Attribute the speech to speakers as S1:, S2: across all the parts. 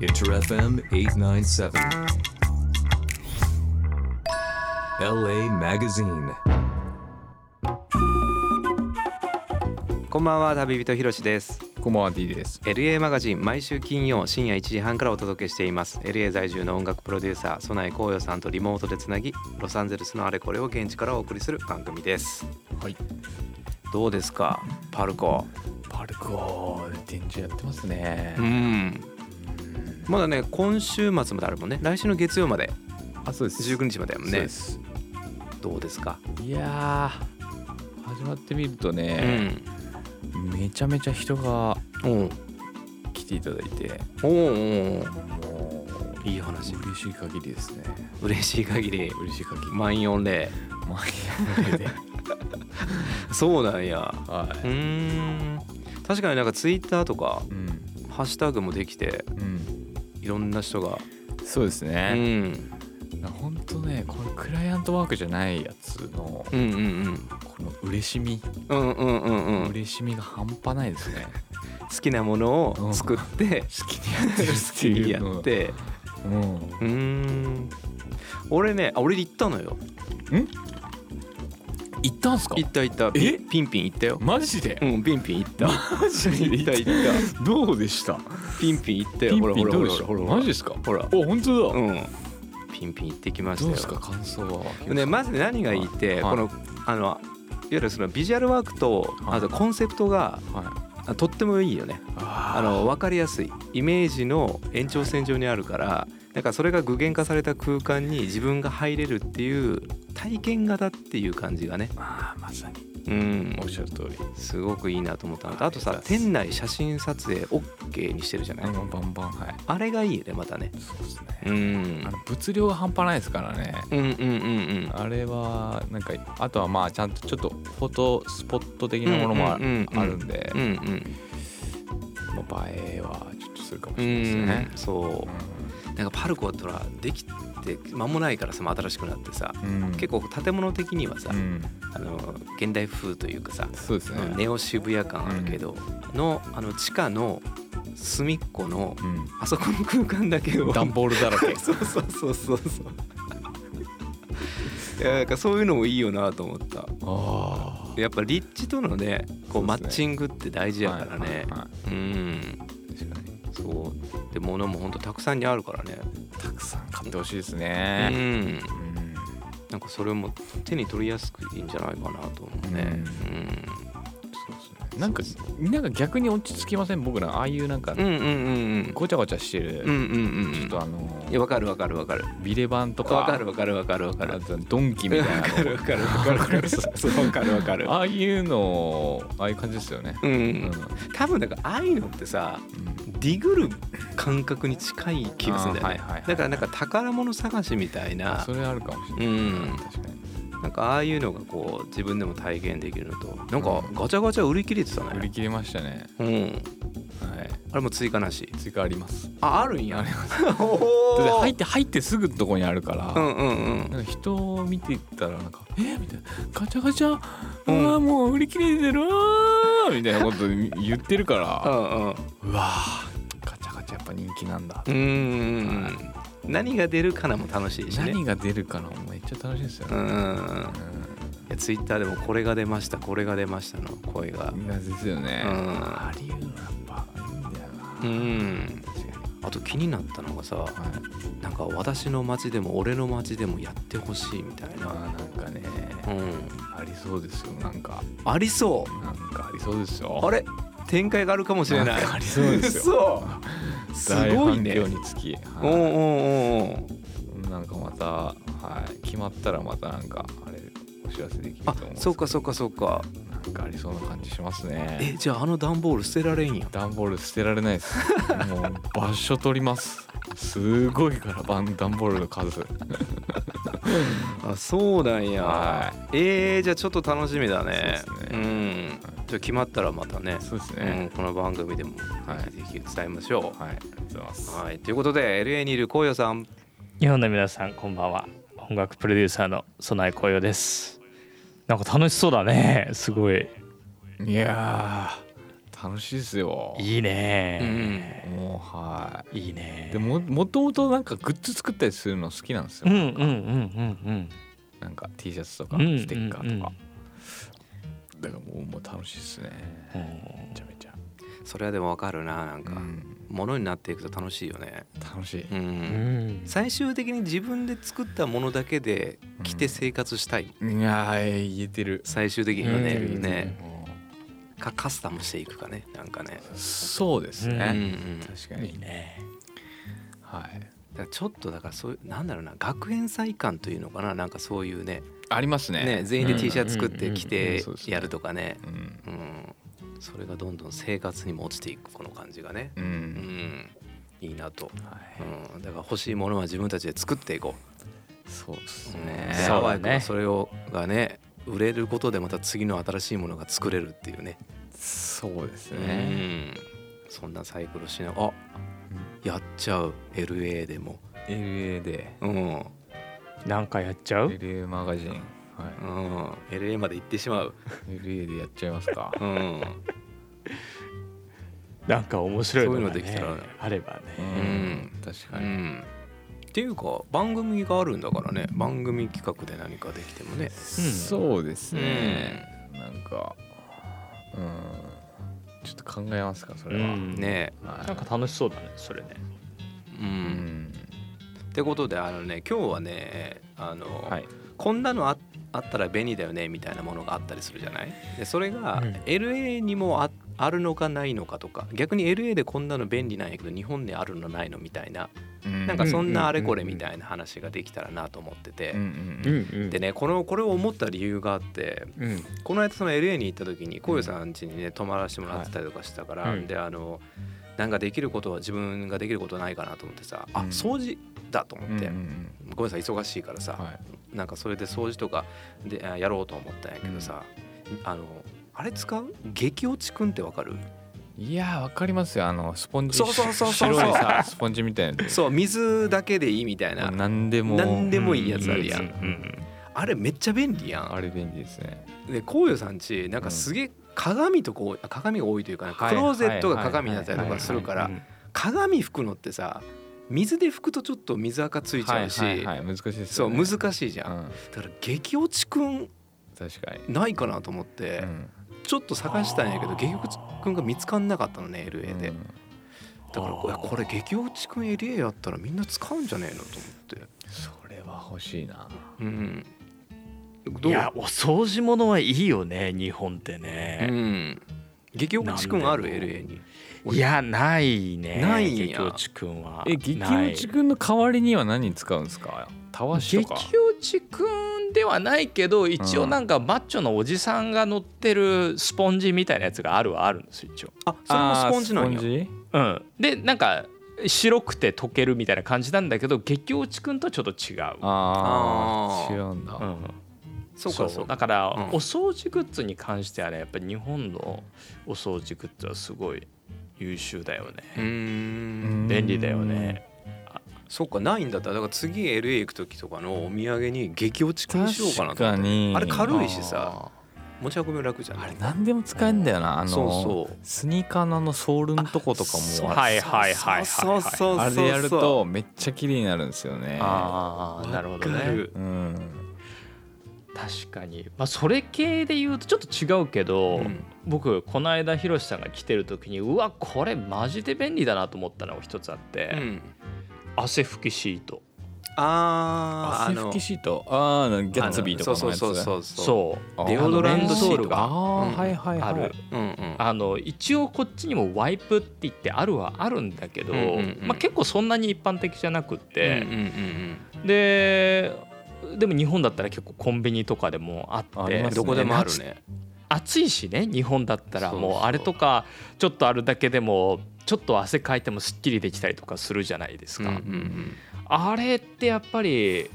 S1: Inter FM 897. LA Magazine.
S2: こんばんは旅人ひろしです
S3: こんばんは D です。
S2: LA マガジン毎週金曜深夜1時半からお届けしています LA 在住の音楽プロデューサーソナイコウヨさんとリモートでつなぎロサンゼルスのあれこれを現地からお送りする番組です
S3: はい。
S2: どうですかパルコ
S3: パルコ展示やってますね
S2: う。んまだね今週末まであるもんね来週の月曜まで
S3: あそうです。
S2: 19日までやもん
S3: そう
S2: ね
S3: です
S2: どうですか
S3: いやー始まってみると
S2: う
S3: ね、
S2: ん
S3: めちゃめちゃ人が
S2: おう
S3: 来ていただいて、
S2: おうおう
S3: もう
S2: いい話
S3: 嬉しい限りですね。
S2: 嬉しい限り
S3: 嬉しい限り。
S2: 満員御礼
S3: ま あいいやで。
S2: そうなんや
S3: は
S2: うーん確かになんかツイッターとか
S3: い。うん
S2: ハッシュタグもできて
S3: うん。
S2: いろんな人が、
S3: そうです
S2: う
S3: ね。
S2: ん、
S3: 本当ねこのクライアントワークじゃないやつの
S2: うんうん
S3: この嬉しみ、
S2: うんうんうんうんうん
S3: 嬉しみが半端ないですね。
S2: 好きなものを作って
S3: 好きにやってる
S2: 好きにやっ。て
S3: うん。
S2: うーん俺ねあ俺行ったのよ
S3: 行ったんすか
S2: 行った行った
S3: え
S2: ピンピン行ったよ
S3: マジで
S2: うんピンピン行った
S3: マジ
S2: 行った行っ
S3: どうでした
S2: たピンピン行った
S3: ピ
S2: よ
S3: ン
S2: ほら
S3: ピ
S2: ほ
S3: ンどう
S2: らほら
S3: でし
S2: ほ
S3: た
S2: らほ
S3: マ
S2: ら
S3: ジですか
S2: ほら
S3: お本当だ、
S2: うんピンピン行ってきました
S3: どう
S2: よ
S3: ですか感想は
S2: ね、まず何がいいって、
S3: はい
S2: このあのいわゆるそのビジュアルワークと、
S3: はい
S2: あとコンセプトが
S3: はい
S2: あとってもいいよねあ
S3: あ
S2: の分かりやすいイメージの延長線上にあるからだからそれが具現化された空間に自分が入れるっていう体験型っていう感じがね、
S3: あーまさに
S2: うん
S3: おっ、しゃる通り
S2: すごくいいなと思ったのとあと
S3: あ
S2: さ
S3: りがとうございます
S2: 店内写真撮影 OK にしてるじゃない、
S3: バンバンバンはい
S2: あれがいいよねまたね、
S3: そうですね
S2: うん、
S3: あの物量が半端ないですからね
S2: うんうんうん
S3: あれはなんかあとはまあちゃんとちょっとフォトスポット的なものもあ
S2: うんうんうんうん
S3: あるんで
S2: うんう、ん
S3: まあ、映えはちょっとするかもし
S2: う
S3: れないです
S2: ん
S3: ね、
S2: そうなんかパルコってほらできて間もないからさまあ新しくなってさ
S3: うん
S2: 結構建物的にはさ、
S3: うん
S2: あの現代風というかさ、
S3: そうですね、
S2: ネオ渋谷感あるけど、のあの地下の隅っこの
S3: うん
S2: あそこの空間だけを
S3: 段ボールだら け
S2: そうそうそうそうそういやなんかそういうのもいいよなと思った
S3: ああ
S2: やっぱ立地とのねこう
S3: そう
S2: マ
S3: ですね
S2: ッチングって大事やからね、うん
S3: 確かに
S2: そうで物もほんとたくさんにあるからね
S3: たくさん買ってほしいです
S2: う
S3: ね。
S2: ん
S3: うん
S2: なんかそれも手に取りやすくいいんじゃないかなと思うね。
S3: なんかなんか逆に落ち着きません僕らああいうなんか
S2: うん、うん、うんうん
S3: ごちゃごちゃして
S2: うん。うん
S3: る
S2: うん
S3: ちょっとあ
S2: うん。いや
S3: の
S2: わかるわかるわかる。
S3: ビレ版とか
S2: わかるわかるわかるわか
S3: あ
S2: る。
S3: とドンキみたい
S2: わかるわかるわかるわかる。そうわかるわかる
S3: な。ああいうのああいう感じですよね。
S2: う
S3: うんん。
S2: 多分なんかああいうのってさディグる感覚に近い気がするんだよね
S3: あーはいはいはい。
S2: だからなんか宝物探しみたい
S3: あ
S2: な
S3: そ。れあるかもしれ
S2: う
S3: ない。
S2: ん
S3: 確かに
S2: なんかああいうのがこう自分でも体験できるのとなんかガチャガチャ売り切れてた
S3: 売
S2: ね
S3: り。切れましたね。
S2: うん。
S3: はい。
S2: あれも追加なし。
S3: 追加あります。
S2: ああるんや。
S3: あ
S2: ね
S3: り
S2: お
S3: だって
S2: ー
S3: 入って入ってすぐのとこにあるから。
S2: うんうんうん。
S3: なんか人を見てたらなんか「えみたいな「ガチャガチャあ
S2: うん
S3: ーもう売り切れてるわー」みたいなこと 言ってるから
S2: う
S3: うわーガチャガチャやっぱ人気なんだ、
S2: んうんうんうん何が出るかなも楽しいしね。
S3: 何が出るかなめっちゃ楽しいですよ
S2: う
S3: ね、
S2: んうんうん。ツイッターでもこれが出ましたこれが出ましたの声が
S3: う。ん、いやですよね、
S2: うん
S3: あり得るのやっぱいいんだよな、
S2: うん。
S3: 確かに
S2: あと気になったのがさ
S3: はい
S2: なんか私の街でも俺の街でもやってほしいみたい
S3: ま
S2: な。
S3: あなんかね
S2: うん。
S3: ありそうですよなんか
S2: ありそ
S3: なんかありそうですよ
S2: う。あれ展開があるかもしれない
S3: ん。かありそうですよ
S2: そう。すごいね
S3: 大。反響につき、
S2: おうお
S3: はいう
S2: おうおう。
S3: なんかまた、はい、決まったらまたなんかあれお知らせできると
S2: あ
S3: 思うんですけど
S2: そうかそうかそうか。
S3: なんかありそうな感じします
S2: え
S3: ね
S2: じゃああの段ボール捨てられんやん。
S3: 段ボール捨てられないです もう場所取りますすごいからバン段ボールの数
S2: あそうなんや、
S3: は
S2: えー、じゃあちょっと楽しみだね
S3: そうですね
S2: んじゃあ決まったらまたね
S3: そうです
S2: うん、
S3: ね、
S2: この番組でも、
S3: はい
S2: ぜひ伝えましょ
S3: はいありがとうございます
S2: う、はい、ということで LA にいる紅葉さん
S4: 日本の皆さんこんばんは音楽プロデューサーの備え紅葉ですなんか楽しそうだねすごい
S3: いや楽しいですよ
S4: いいね
S3: もうはい
S4: いね
S3: でももともとなんかグッズ作ったりするの好きなんです
S4: う
S3: よ、
S4: んうんうんうん
S3: なんか T シャツと
S4: う
S3: か
S4: んうん
S3: ステッカーとか、
S4: う
S3: だからもうもう楽しいですね
S4: んうん
S3: めちゃめちゃ、
S2: それはでもわかるななん
S3: う
S2: か、
S3: ん、
S2: ものになっていくと楽しいよね
S3: 楽しい、
S2: うん、
S4: うん
S2: 最終的に自分で作ったものだけで着て生活したい、
S3: いやー言えてる、
S2: 最終的にはね,、
S4: うん
S2: ねかカスタムしていくかねなんかね、
S3: そうです
S2: うんう
S3: ね、
S2: ん、だか
S3: 確かに
S4: いいね
S3: はい
S2: らちょっとだからそういうなんだろうな学園祭感というのかななんかそういうね
S3: ありますね
S2: ね全員で T シャツ作って
S3: うん
S2: 着
S3: うんうんうん
S2: て
S3: そうですね
S2: やるとかね、
S3: うん
S2: うん、それがどんどん生活にも落ちていくこの感じがね、
S3: う、
S2: うんん、いいなと、
S3: はい
S2: うん、だから欲しいものは自分たちで作っていこ
S3: そうです
S2: う、
S3: ね、
S2: うん、
S4: そうだ
S2: 爽
S4: ね
S2: やかなそれをがね売れることでまた次の新しいものが作れるっていうね、
S3: そうです
S2: う
S3: ね、
S2: ん、そんなサイクルしなあやっちゃう LA でも、
S3: LA で
S2: うんうん、
S4: なんかやっちゃう
S3: LA マガジン、は
S2: LA まで行ってしまう、
S3: い、LA でやっちゃいますか
S2: うん、
S4: なんか面白いのが、ね、
S2: そういうのできたら
S4: あれば
S3: う
S4: ね、
S3: ん確か
S2: う
S3: に
S2: んっていうか番組があるんだからね番組企画で何かできてもね
S3: そうですねなんかうんちょっと考えますかそれは
S4: うん
S2: ね
S3: はい
S4: なんか楽しそうだねそれね
S2: えう
S3: うんん
S2: ってことであのね今日はねあの、
S3: はい
S2: こんなのああったら便利だよねみたいなものがあったりするじゃないでそれが
S4: うん
S2: LA にもああるのかないのかとか逆に LA でこんなの便利なんやけど日本であるのないのみたいななんかそんなあれこれみたいな話ができたらなと思ってて
S3: うん
S4: う
S3: うんん
S4: うん
S2: でねこのこれを思った理由があって
S4: うん
S2: この間その LA に行った時にこういうさん家にね泊まらせてもらってたりとかしてたから、
S4: はいうん
S2: であのなんかできることは自分ができることないかなと思ってさ、あ
S3: うん
S2: 掃除だと思って、
S3: うんうん
S2: ごめんなさい忙しいからさ、
S3: はい
S2: なんかそれで掃除とかであやろうと思ったんやけどさ、あのあれ使う激落ちくんってわかる
S3: いやーわかりますよあのスポンジ
S2: そうそうそうそう
S3: 白いさスポンジみたいな
S2: そう水だけでいいみたいな、
S3: な何でも
S2: 何でもいいやつあるやん
S4: ううん
S2: あれめっちゃ便利やん
S3: あれ便利ですね
S2: でこうよさんちなんかすげえ鏡とか多いあ鏡が多いというか、ね、ク
S3: はい
S2: ローゼットが
S3: はい
S2: 鏡になったりとかするか
S4: う
S2: ら
S4: ん
S2: 鏡拭くのってさ水で拭くとちょっと水垢ついちゃうし、
S3: はいはいはい難しいですよね
S2: そう難しいじゃん、
S3: うん
S2: だから激落ちくん
S3: 確かに
S2: ないかなと思って、
S3: うん
S2: ちょっと探したんやけど激落ちくんが見つかんなかったのね LA で、
S3: うん
S2: だからこれこれ激落ちくん LA やったらみんな使うんじゃねえのと思って
S3: それは欲しいな
S2: うん
S4: い
S2: どう
S4: やお掃除物はいいよね日本って
S2: う
S4: ね、
S2: ん激落ちくんある
S4: なんで
S2: LA に
S4: いやないね
S2: ないんや
S4: 激落ちくんは
S3: え激落ちくんの代わりには何に使うんですかたわし
S5: 激
S3: とか
S5: 落ちくんではないけど一応なんかマッチョのおじさんが乗ってるスポンジみたいなやつがあるはあるんですよ一応。
S2: あそれもスポンジなん
S3: あー
S2: や
S3: スポンジ
S5: うん、でなんか白くて溶けるみたいな感じなんだけど激落ちくんとはちょっと違う。
S3: あ
S2: あ
S3: あ
S2: ー
S3: 違うんだ、
S5: うん、
S2: そうかそう
S5: だ
S2: か
S5: から、
S2: うん
S5: お掃除グッズに関してはねやっぱり日本のお掃除グッズはすごい優秀だよ
S2: う
S5: ね
S2: ん
S5: 便利だよね
S2: そうかないんだったらだから次 LA 行く時とかのお土産に激落ちくんしようかな
S3: 確
S2: と
S3: か
S2: 思って
S3: に
S2: あれ軽いしさ持ち運びも楽じゃん
S3: あれ何でも使えんだよなあの
S2: そうそう
S3: スニーカーのあのソールのとことかもあ
S5: はいはいはいはいはい
S2: そうそうそう
S3: あ
S2: そう
S3: れやるとめっちゃ綺麗になるんですよね
S5: ああなるほどね
S3: うん
S5: 確かに、まあ、それ系で言うとちょっと違うけど、
S2: うん
S5: 僕この間ひろしさんが来てる時にうわこれマジで便利だなと思ったのが一つあって、
S2: うん
S5: 汗拭きシート
S2: あーあ
S3: 汗
S2: の
S3: 拭きシートああギャッツビーとかのやつ
S2: そうそうそうそう
S5: そう
S3: あー
S2: デオドランドシート
S5: が
S2: が
S3: あー、
S2: うん
S3: はいはいはい
S5: ある
S2: う、うんうん、
S5: あの一応こっちにもワイプって言ってあるはあるんだけど、
S2: うんうんうん
S5: まあ、結構そんなに一般的じゃなくっ
S2: うんうんう
S5: て、
S2: ん
S5: ででも日本だったら結構コンビニとかでもあっ
S3: あ
S5: て
S3: り
S2: う
S3: ま
S2: ん、
S3: す
S2: どこでもあるね
S5: 暑いしね日本だったら
S2: そう
S5: もうあれとかちょっとあるだけでもちょっと汗かいてもすっきりできたりとかするじゃないです
S2: うん
S5: か、
S2: うん
S5: あれってやっぱり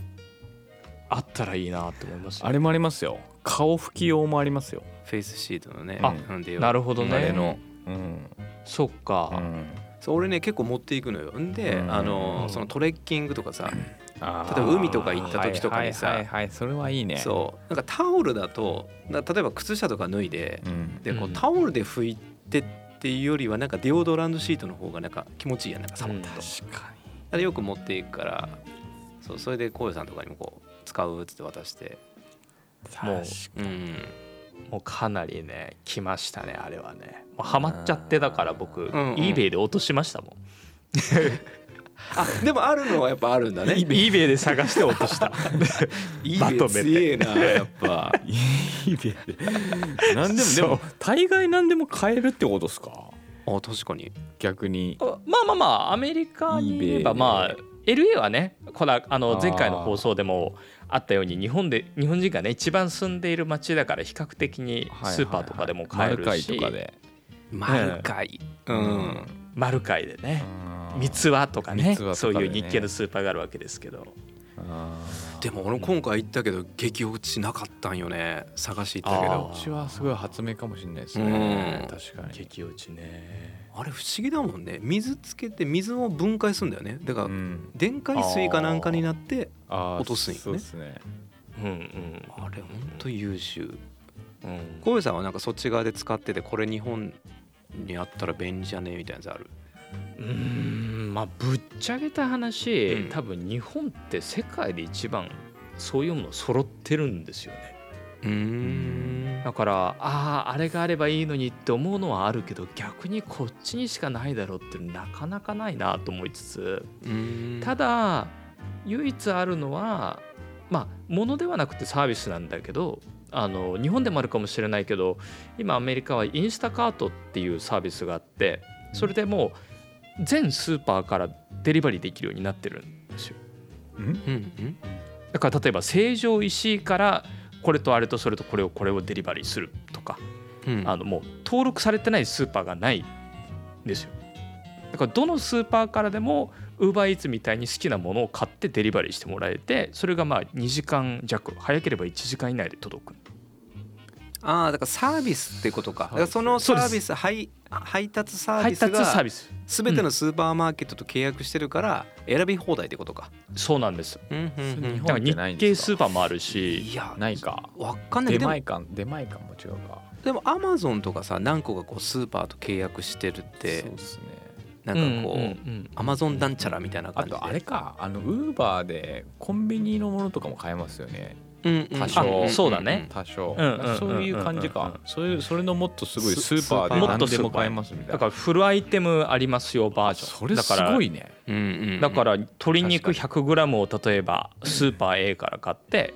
S5: あったらいいなって思いますよ
S3: あれもありますよ顔拭き用もありますよ
S2: うん、フェイスシートのね
S3: あ
S2: うんで
S5: なるほどね
S3: あれのうん、
S5: そっ
S3: う
S5: か、
S3: ん、
S2: そう俺ね結構持っていくのよんで、
S3: うん
S2: あのそのトレッキングとかさ、
S3: あー
S2: 例えば海とか行った時とかにさ
S3: はいはいはいはいそれはいいね
S2: そうなんかタオルだとな例えば靴下とか脱いで、
S3: うん
S2: でこ
S5: う
S2: うんタオルで拭いてっっていうよりはなんかデオドラントシートの方がなんか気持ちいいやんなんかサボったと、
S3: か
S2: あれよく持っていくからそうそれでこうよさんとかにもこう使うっつって渡して
S5: もう
S2: うん
S5: もうかなりね来ましたねあれはねもうハマっちゃってだから僕、
S2: んうん
S5: eBay で落としましたもん、
S2: あでもあるのはやっぱあるん だね
S5: eBay で探して落とした
S2: いい
S5: まとめて
S2: 強えなやっぱ
S3: いいべ 何でもでも大概何でも買えるってことですか
S2: あ確かに
S3: 逆に
S5: まあまあまあアメリカに言えば
S3: eBay
S5: まあ LA はねこのあの
S3: あー
S5: 前回の放送でもあったように日本で日本人がね一番住んでいる街だから比較的にスーパーとかでも買えるし、
S3: マルカイとかで
S2: 丸かいうん
S5: マルカイでね三
S3: 三
S5: つ輪とか
S3: 三
S5: ね
S3: つ輪とかでね
S5: そういう日系のスーパーがあるわけですけど
S2: でも俺今回行ったけど激落ちなかったんよね探し行ったけ
S5: あ
S2: ど
S3: うちはすごい発明かもしれないですね
S2: うん
S3: 確かに
S5: 激落ちね
S2: あれ不思議だもんね水つけて水を分解するんだよねだから、
S3: うん
S2: 電解水かなんかになって
S3: あー
S2: 落とすんよね
S3: そうですね
S5: うんうん
S2: あれほんと優秀
S5: うん
S2: 小上さんはなんかそっち側で使っててこれ日本にあったら便利じゃねえみたいなやつある
S5: うーんまあぶっちゃけた話、
S2: うん
S5: 多分日本って世界で一番そういうもの揃ってるんですよね
S2: うん
S5: だからあああれがあればいいのにって思うのはあるけど逆にこっちにしかないだろうってなかなかないなと思いつつただ唯一あるのはまあ物ではなくてサービスなんだけどあの日本でもあるかもしれないけど今アメリカはインスタカートっていうサービスがあってそれでもう全スーパーからデリバリーできるようになってるんですよ
S2: うんうん
S5: だから例えば成城石井からこれとあれとそれとこれをこれをデリバリーするとか
S2: うん
S5: あのもう登録されてないスーパーがないんですよだからどのスーパーからでも UberEats みたいに好きなものを買ってデリバリーしてもらえてそれがまあ2時間弱早ければ1時間以内で届く
S2: ああだからサービスってことかだからそのサ
S5: そうです
S2: ービス配配達サービ
S5: 配
S2: ス
S5: 達サー
S2: が
S5: ビス
S2: 全てのスーパーマーケットと契約してるから選び放題ってことか、
S5: そうなんです
S2: うんうん
S3: それ日
S5: だから
S3: 本って
S5: 日
S3: ないん
S5: 系
S3: です
S5: スー
S3: か
S5: パーもあるし
S2: いや
S3: ないか
S2: わかんない
S3: 出
S2: けどで
S3: 前
S2: も
S3: 館出前館も違うか
S2: でもアマゾンとかさ何個かこうスーパーと契約してるって
S3: そうですね
S2: なんかこう、
S5: うんうん
S2: アマゾンなんちゃらみたいな
S3: あ
S2: 感じで
S3: とあれかあのウーバーでコンビニのものとかも買えますよね
S2: うんうん
S3: 多少
S2: あ
S5: そうだね
S3: 多少
S5: うんうんうんうん
S3: そういう感じ
S5: うん
S3: か
S5: う
S3: そういうそれのもっとすごいス
S2: ス
S3: ーパーで
S2: スーパ
S3: 何で
S2: ー
S5: もっとスー
S3: も
S5: パー
S3: 買えますみたい
S5: だ
S3: な
S5: からフルアイテムありますよバージョン
S3: それ
S5: だ
S3: す
S5: から
S3: ごいね
S2: うんうん
S5: だから鶏肉
S3: 確
S5: 100g を例えばスーパー A から買って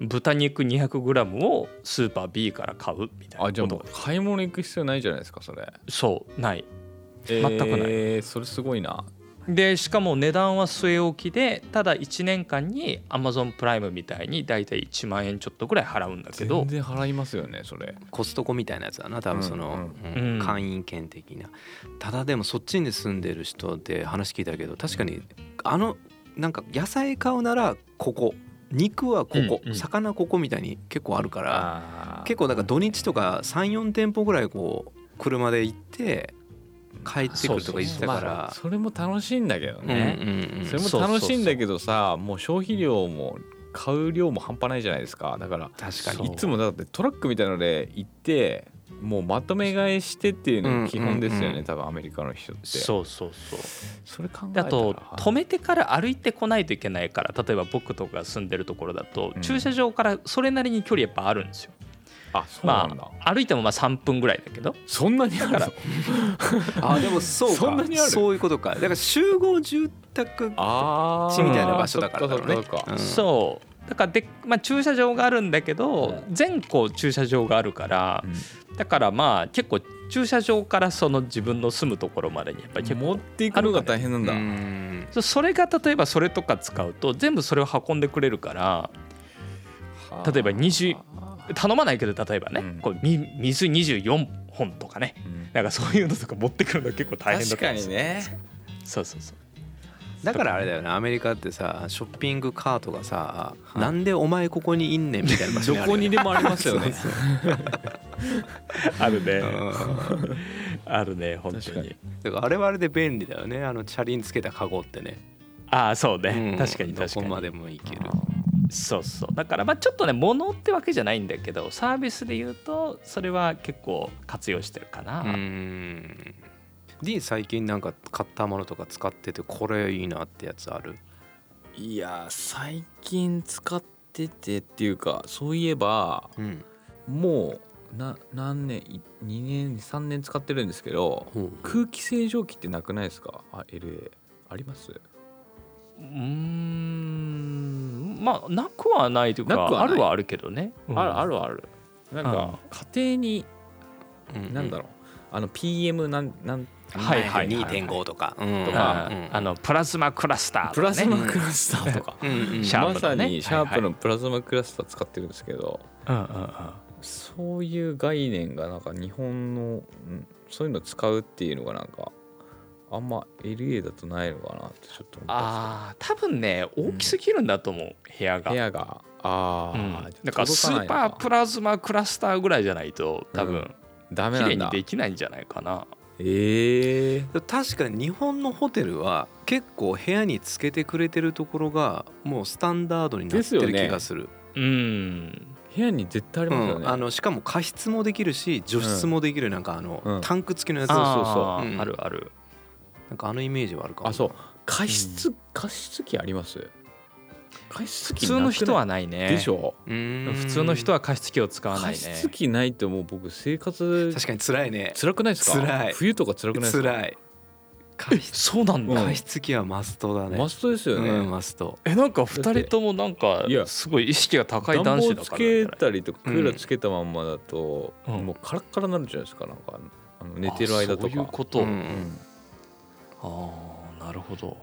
S5: 豚肉 200g をスーパー B から買うみたい
S3: あ
S5: な
S3: じゃあ
S5: こ
S3: もう
S5: と
S3: 買い物行く必要ないじゃないですかそれ
S5: そうない
S3: 全
S5: くない
S3: えーそれすごいな
S5: でしかも値段は据え置きでただ1年間に Amazon プライムみたいにだいたい1万円ちょっとぐらい払うんだけど
S3: 全然払いますよねそれ
S2: コストコみたいなやつだな多分その、
S5: うんう
S2: う
S5: ん
S2: ん
S5: うん
S2: 会員権的なただでもそっちに住んでる人で話聞いたけど確かにあのなんか野菜買うならここ肉はここ、
S5: うんうん
S2: 魚ここみたいに結構あるから
S3: あ
S2: 結構なんか土日とか34店舗ぐらいこう車で行って帰ってくるとか言ってたか
S3: まあ
S2: ら
S3: それも楽しいんだけど
S2: うんうん
S3: ね、
S2: うん
S3: それも楽しいんだけどさもう消費量も買う量も半端ないじゃないですかだから
S2: 確か
S5: そ
S2: に
S5: う
S3: いつもだってトラックみたいので行ってもうまとめ買いしてっていうのが基本ですよね、
S2: うんうんうん
S3: 多分アメリカの人って
S5: そうそうそう
S3: それ考えた
S5: だ
S3: ら
S5: と止
S3: め
S5: めてから歩いてこないといけないから例えば僕とかが住んでるところだと
S3: うん
S5: 駐車場からそれなりに距離やっぱあるんですよ
S3: あそうな
S5: ま
S3: んだ、
S5: あ歩いてもまあ3分ぐらいだけど
S3: そんなにあるの
S2: あでもそう か
S3: そんなにある
S2: そういうことかだから集合住宅
S3: あー
S2: 地みたいな場所だからだ
S3: そっ
S2: ろ
S3: かそ
S2: うね
S3: っかそっか
S2: うん
S5: そうだからで、まあ、駐車場があるんだけど全校駐車場があるから
S3: うん
S5: だからまあ結構駐車場からその自分の住むところまでにやっぱり結構
S3: 持っていくのが大変なんだ、
S2: うん
S5: そそれが例えばそれとか使うと全部それを運んでくれるから
S3: はあ
S5: 例えば20頼まないけど例えばね、
S3: うん
S5: こうみ水24本とかね
S3: うん
S5: なんかそういうのとか持ってくるの結構大変だ
S3: 確
S5: った
S3: か
S5: んです
S3: に
S5: よ
S3: ね
S5: そうそうそう
S2: だからあれだよねアメリカってさショッピングカートがさ、なんでお前ここにいんねんみたいな場所
S3: ど
S2: にある
S3: こ
S2: よね
S3: にでもありますよね
S2: そう
S5: あるね
S2: うん
S5: あるね本当
S3: 確か
S5: に
S3: に
S2: だからあれはあれで便利だよねあのチャリにつけたカゴってね、
S5: ああそうね、
S2: うん
S5: 確かに確か
S2: どこま
S5: に
S2: でも行ける
S5: そうそうだからまあちょっとね物ってわけじゃないんだけどサービスで言うとそれは結構活用してるかな、
S2: うーん D 最近なんか買ったものとか使っててこれいいなってやつある
S3: いや最近使っててっていうかそういえば
S2: うん
S3: もうな何年い2年3年使ってるんですけど
S2: ほう
S3: 空気清浄機ってなくないですかあ LA あります
S5: うーんまあなくはないというか
S3: なくはない
S5: あるはあるけどね、うん
S3: あるあるあるなんか家庭に
S2: うん
S3: 何だろうあの PM なんなん
S5: はいはいはい
S2: 2.5とかうん
S5: と
S3: ま
S5: か、
S3: あ
S2: うん
S5: あのプラズマクラスターと
S3: プ
S5: か、ね、
S3: ラズマクラスターとか
S2: うんうん
S5: シャー
S3: ま
S5: プの
S3: さ
S5: ね
S3: にシャープ
S5: はいは
S3: のプラズマクラスター使ってるんですけど
S5: うんうんうん
S3: そういう概念がなんか日本のうんそういうの使うっていうのがなんかあんま LA だとないのかなってちょっと思ったんで
S5: ああ多分ね大きすぎるんだと思う、部屋
S3: すけど
S5: が
S3: 部屋がああ、
S5: うん
S3: じゃあ
S5: だからスー
S3: 届か
S5: パ
S3: ない
S5: ー
S3: の
S5: プ
S3: か
S5: ラズマクラスターぐらいじゃないと多分
S3: ダメ
S5: 綺
S3: な
S5: 麗
S3: ん
S5: に
S3: だ
S5: できないんじゃないかな、
S3: ええー、
S2: 確かに日本のホテルは結構部屋につけてくれてるところがもうスタンダードになってる気がする
S5: うん
S3: 部屋に絶対あり
S2: う
S3: ますよね、
S2: ん、あのしかも加湿もできるし除湿もできるなんかあの、
S3: うん
S2: タンク付きのやつ
S5: そう
S2: な
S5: そうそうあ,、
S2: うん
S5: るある
S2: んかあのイメージはあるかも
S3: あそう加湿、加湿器あります加湿
S5: 普
S3: 器
S5: 通
S3: なくな
S5: の
S3: い
S5: 人はないね
S3: でしょ、
S2: うーん
S5: 普通の人は加湿器を使わない
S3: 加
S5: ね
S3: 湿器ないってもう僕生活
S2: 確かに辛いね
S3: 辛くないですか
S2: 辛い
S3: 冬とか辛くないですか
S2: 辛い加
S5: え
S2: 湿
S5: そうなんだ、
S3: うん
S2: 加湿器はマストだね
S3: マストですよね、
S2: うん、マスト
S5: えなんか2人ともなんか
S3: いや
S5: すごい意識が高い
S3: 暖
S5: 男子
S3: 房
S5: だ
S3: つ
S5: から
S3: け
S5: ね
S3: たりとかクーラーつけたまんまだと、
S5: うん
S3: もうカラッカラになるじゃないですかなんかあの寝てる間とか
S5: あそういうこと、
S2: う
S3: うんん
S5: ああなるほど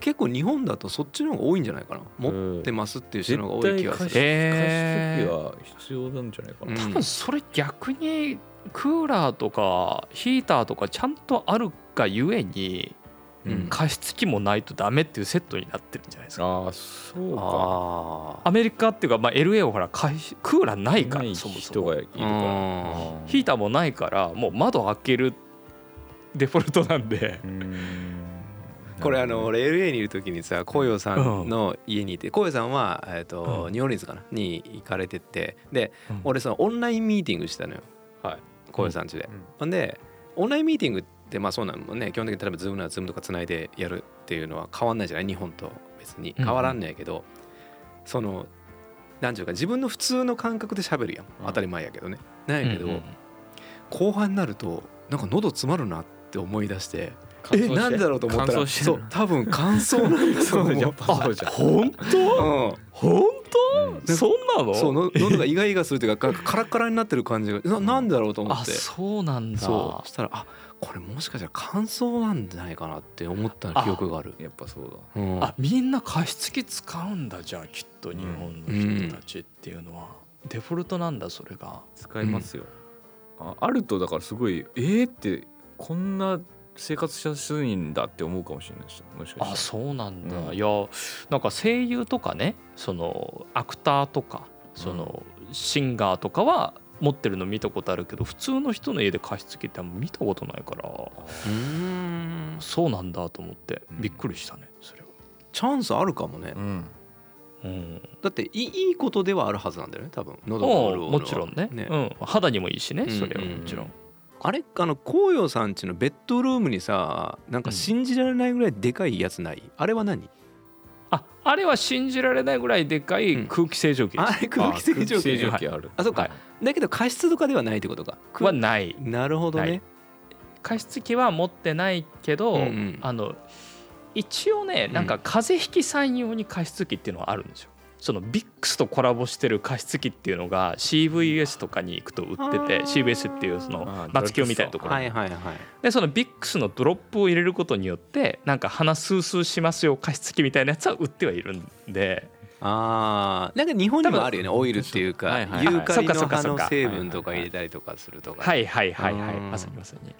S2: 結構日本だとそっちの方が多いんじゃないかな持ってますっていう人の方が多い気がする
S3: 絶対加湿
S5: えー
S3: 加湿器は必要なんじゃないかな、
S2: うん
S5: 多分それ逆にクーラーとかヒーターとかちゃんとあるがゆえに
S2: うん
S5: 加湿器もないとダメっていうセットになってるんじゃないですか
S3: ああそうか
S2: あ
S5: アメリカっていうか、まあ、LA はほら加湿クーラーないか
S3: な
S5: ら
S3: い
S5: そも
S3: 人
S5: そも
S3: がいるか
S2: あ
S3: ら
S2: うん
S3: うん
S5: ヒーターもないからもう窓開けるデフォルトなんで
S3: うーん
S2: これあの俺 LA にいる時にさ紅葉さんの家にいて紅葉さんは、えーと
S5: うん
S2: ニューオーリンズかなに行かれてってで、
S5: うん
S2: 俺そのオンラインミーティングしてたのよ、
S3: はい、
S2: 紅葉さん家で
S3: うんうん。
S2: ほんでオンラインミーティングってまあそうなのね基本的に例えば Zoom なら Zoom とかつないでやるっていうのは変わんないじゃない日本と別に
S5: うん
S2: 変わらんねやけど、その何ていうか自分の普通の感覚で喋るやん当たり前やけどね。なんやけど、
S5: うんうん
S2: 後半になるとなんか喉詰まるなって思い出して。
S3: 乾燥して
S2: なんだろうと思った
S3: 乾
S2: ら
S3: 燥して
S2: そ
S3: る
S2: う多分乾燥なんだと
S3: そうや
S2: 思
S3: っ
S2: う
S3: ぱそうじゃん
S5: 本当
S2: うん
S5: 本
S3: うん
S5: 当そんなの
S2: そうの喉がイガイガするというかかカラッカラになってる感じがななんだろうと思
S5: あ
S2: って
S5: そうなんだ
S2: そうしたらあこれもしかしたら乾燥なんじゃないかなって思った記憶がある
S3: やっぱそうだ
S2: うん
S5: あみんな加湿器使うんだじゃあきっと日本の人たちっていうのは、デフォルトなんだそれが
S3: 使いますよ、ああるとだからすごいえー、ってこんな生活しやすいんだって思うかもしれないですよもしか
S5: あ
S3: し
S5: そうなんだ、
S3: うん
S5: いやなんか声優とかねそのアクターとかその、シンガーとかは持ってるの見たことあるけど普通の人の家で加湿器ってあんま見たことないから
S2: うん
S5: そうなんだと思って
S3: うん
S5: びっくりしたねそれは。
S2: チャンスあるかもね
S3: たらうん
S5: うん、
S2: だっていいいいことではあるはずなんだよね多分喉が潤うの
S5: も
S2: は
S5: もちろんねうん、肌にもいいしね
S2: うん
S5: それはもちろん、
S2: あれあの紅葉さんちのベッドルームにさなんか信じられないぐらいでかいやつないあれは何
S5: ああれは信じられないぐらいでか
S2: う
S5: い
S2: ん
S5: 空気清浄機です、
S2: あれ空気清浄
S3: あ空
S2: 機
S3: 気清浄機ある、
S2: あそうか、
S5: はい
S2: だけど加湿とかではないってことか。
S5: はない
S2: なるほどね。
S5: 加湿器は持ってないけど、
S2: うんうん
S5: あの一応ね
S2: うん
S5: なんか風邪ひきさん用に加湿器っていうのはあるんですよそのビックスとコラボしてる加湿器っていうのが CVS とかに行くと売ってて
S2: あー
S5: CVS っていうそ
S3: あ
S5: の
S3: ー
S5: 松清みたいなところ、
S2: はいはいはい。
S5: でそのビックスのドロップを入れることによってなんか鼻スースーしますよ加湿器みたいなやつは売ってはいるんで
S2: ああ、なんか日本にもあるよね、
S3: 多分
S2: オイルっていうか、
S3: はいはいはい
S2: ユーカリの
S5: そっか
S2: 葉
S5: そっ
S2: の
S5: か
S2: 成分とか入れたりとかするとか。
S5: はいはいはいはい
S2: うん
S5: まさにまさに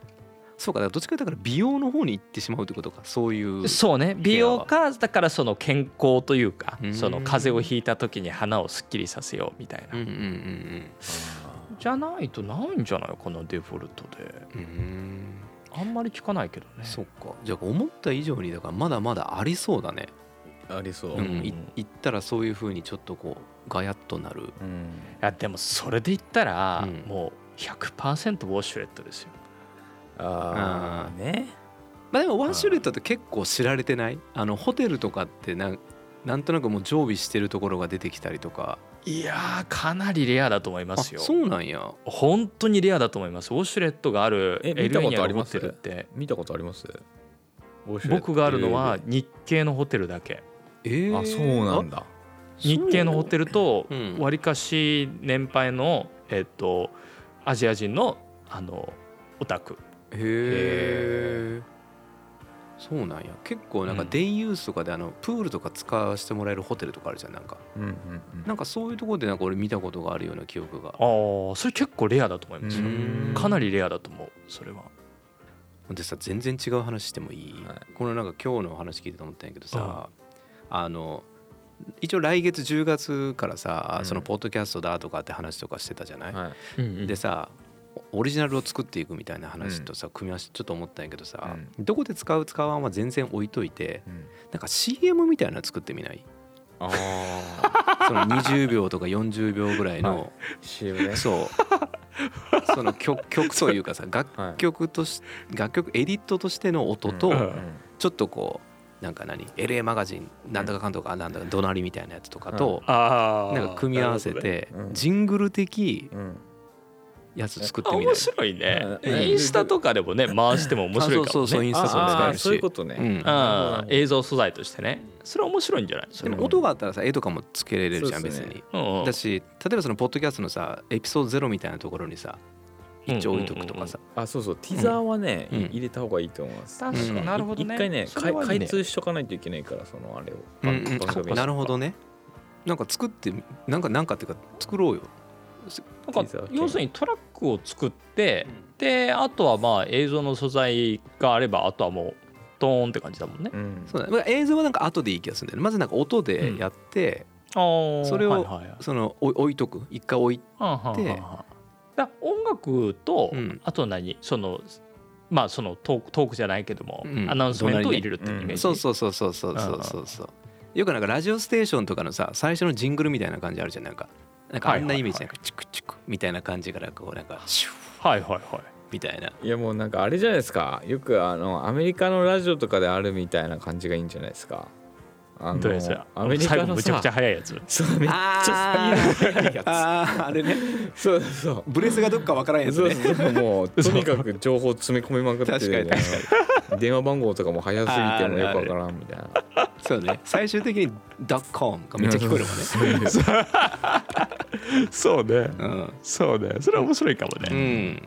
S2: そうか、だからどっちかというとだから美容の方に行ってしまうってことか、そういう。
S5: そうね美容かだからその健康というか
S2: うん
S5: その風邪をひいた時に鼻をすっきりさせようみたいな
S2: うんうんうん
S5: じゃないとないんじゃないかなデフォルトで
S2: うん。うん。
S5: あんまり聞かないけどね
S2: そっか。じゃあ思った以上にだからまだまだありそうだね。
S3: ありそうう、
S2: ん
S4: うん
S2: い行ったらそういうふうにちょっとこうガヤッとなる
S3: うん
S5: やでもそれで言ったら、
S2: うん
S5: もう100%ウォシュレットですよ
S3: ああね
S2: まあでもワンシュレットって結構知られてないあのホテルとかってなんなんとなくもう常備してるところが出てきたりとか
S5: いやーかなりレアだと思いま
S2: あ
S5: すよ
S2: そうなんや
S5: 本当にレアだと思いますウォシュレットがある
S3: え
S5: LA
S3: 見たこと
S5: にあ
S3: あ
S5: る
S3: り
S5: ホ
S3: ます
S5: テルって
S3: 見たことあります
S5: 僕があるのは日系のホテルだけ
S2: えー
S3: あそうなん
S2: あ
S3: だ
S5: 日系のホテルと
S2: うん
S5: わりかし年配の、えっとアジア人のあのオタク
S2: へえそうなんや結構なんか
S5: うん
S2: デイユースとかであのプールとか使わせてもらえるホテルとかあるじゃんなんか
S3: うんうんうん
S2: なんかそういうところでなんか俺見たことがあるような記憶が
S5: ああそれ結構レアだと思いますよ
S2: うん
S5: かなりレアだと思うそれは
S2: でさ全然違う話してもいい、
S3: はい
S2: このなんか今日のお話聞いてて思ったんやけどさ、あの一応来月10月からさ、
S3: うん
S2: そのポッドキャストだとかって話とかしてたじゃない、
S3: はい
S2: でさオリジナルを作っていくみたいな話とさ、組み合わせちょっと思ったんやけどさ、どこで使う使わんは全然置いといて
S3: うん
S2: なんか CM みたいなの作ってみ ない
S3: ああ
S2: その20秒とか40秒ぐらいの、
S3: CM ね
S2: そうその曲曲というかさ楽
S3: はい
S2: 曲とし楽曲エディットとしての音と、
S3: うんん
S2: ちょっとこうなんか何 LA マガジンなんだかかんとかなんだか怒鳴りみたいなやつとかと、
S5: あ
S2: なんか組み合わせて
S3: なるほどねうん
S2: ジングル的
S3: うん
S2: やつ作ってみない
S5: 面白いね
S3: うん
S5: インスタとかでもね回しても面白いかもね
S2: あそうそうそうインスタとか使え
S3: ああ
S2: るし
S3: そういうことね、
S2: うん
S5: うん映像素材としてねそれ面白いんじゃない
S2: でも音があったらさ絵とかもつけれるじゃ
S3: そう
S2: ん
S3: っ
S2: 別
S3: すね
S2: に。
S5: うんうん
S2: だし例えばそのポッドキャストのさエピソードゼロみたいなところにさ一応置いとくとかさ
S3: あそうそうティザーはね、
S2: うん
S3: 入れた方がいいと思います
S5: 確か
S2: うん
S5: になるほどね
S3: 一回ね
S5: それはいい
S3: 開開通しとかないといけないからそのあれを、
S2: う
S3: 番
S2: ん
S3: 組
S2: うんあなるほどねなんか作ってなんかなんかっていうか作ろうよ
S5: なんか要するにトラックを作って、であとはまあ映像の素材があればあとはもうドーンって感じだもんね。
S3: うん
S2: そうだねまあ映像はなんか後でいい気がするんだよねまずなんか音でやって
S5: あ
S2: それを
S5: はいはいはい
S2: そのお置いとく一回置い
S5: はんはんはんはんだ音楽と、
S2: うん
S5: あと何そのまあそのトークトークじゃないけども、
S2: うん
S5: アナウンスメントを入れるっていうイメ
S3: ね
S5: ージ、
S2: そうそうそうそうそうそうそうそうよくなんかラジオステーションとかのさ最初のジングルみたいな感じあるじゃんなんかなんかあんなイメージなんかチクチクみたいな感じからこうなんかシュッ
S5: はいはいはい
S2: みたいない
S3: やもうなんかあれじゃないですかよくあのアメリカのラジオとかであるみたいな感じがいいんじゃないですかあの
S5: どうやつや
S3: アメリ
S5: 最
S3: カ
S5: 後
S3: の
S5: むちゃ
S3: さ
S5: くちゃ早いやつ
S3: そうめっち
S2: あ
S3: ゃスピード速いやつ
S2: あーあれね
S3: そうそう
S2: ブレスがどっかわからんやつ
S3: そう
S2: ね
S3: そうそうもうとにかく情報詰め込みまくって
S2: 確かに
S3: 電話番号とかも早すぎてもよくわからんみたいな
S2: そうね最終的に「ドッコン」がめっちゃ聞こえるもんね
S5: そうね
S2: うん
S5: そうねそれは面白いかも
S2: う、ん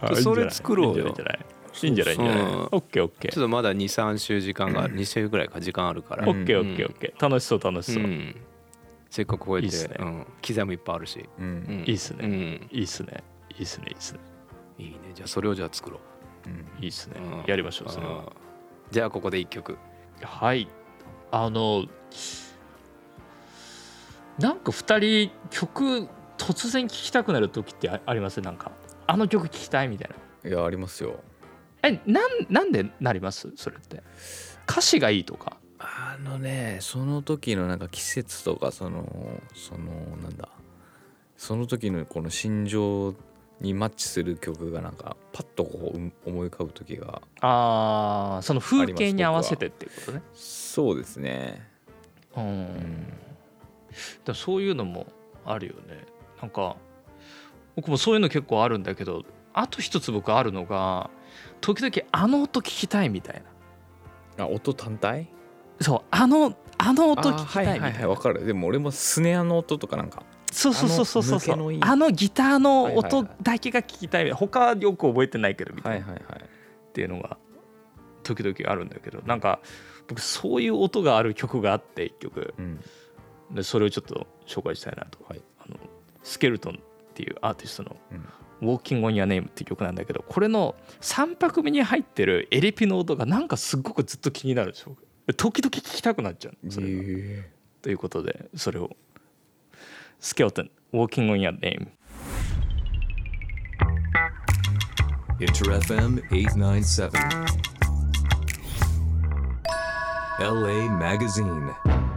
S5: あ
S2: ちょそれ作ろうよ
S5: いいんじゃないいいんじゃないいいんじゃないいいんじゃな
S2: う
S5: い
S2: ん
S5: オッケーオッケ
S2: ち
S5: ー
S2: ょっとまだ23週時間が2週ぐらいか時間あるから
S5: オ
S2: う
S5: ッケーオッケーオッケー楽しそう楽しそう、
S2: んせっかく超え
S5: いいっす
S2: て
S5: ね
S2: うん刻みいっぱいあるし
S3: う
S2: うんん
S5: いいっすね
S2: うん
S5: いいっすねいいっすねいいっすね
S2: いいねじゃあそれをじゃあ作ろう
S3: うん
S5: いいっすね
S2: うん
S5: やりましょうそれ
S2: う
S5: は
S2: んじゃあここで一曲
S5: はいあのなんか2人曲突然聴きたくなる時ってあありますなんかあの曲聴きたいみたいない
S3: やありますよ
S5: えなんなんでなりますそれって歌詞がいいとか
S3: あのねその時のなんか季節とかそのそのなんだその時のこの心情にマッチする曲がなんかパッとこううん思い浮かぶ時が
S5: あーその風景に合わせてっていうことね
S3: そうですね
S5: うん、
S3: ん
S5: だからそういうのもあるよねなんか僕もそういうの結構あるんだけどあと一つ僕あるのが時々あの音聞きたいみたいな
S3: あ音単体
S5: そうあのあの音聞
S3: あ
S5: きたいみたいな、
S3: はいはいはいわかるでも俺もスネアの音とかなんか
S5: そうそうそうそうそうそ
S3: あの抜
S5: う
S3: けのいい
S5: あのギターの
S3: はいはい
S5: 音
S3: はい
S5: だけが聞きたいみたいな他はよく覚えてないけどみたいな、
S3: はいはいはい
S5: っていうのが時々あるんだけどなんか僕そういう音がある曲があって一曲
S3: うん
S5: でそれをちょっと紹介したいなと、
S3: はい
S5: あのスケルトンっていうアーティストの
S3: うん
S5: 「Walking on Your Name」っていう曲なんだけどこれの3拍目に入ってるエレピの音がなんかすっごくずっと気になるんですよで時々聞きたくなっちゃうそれが
S3: え
S5: ということでそれをスケルトン「Walking on Your Name」
S1: Inter FM 897. LA Magazine.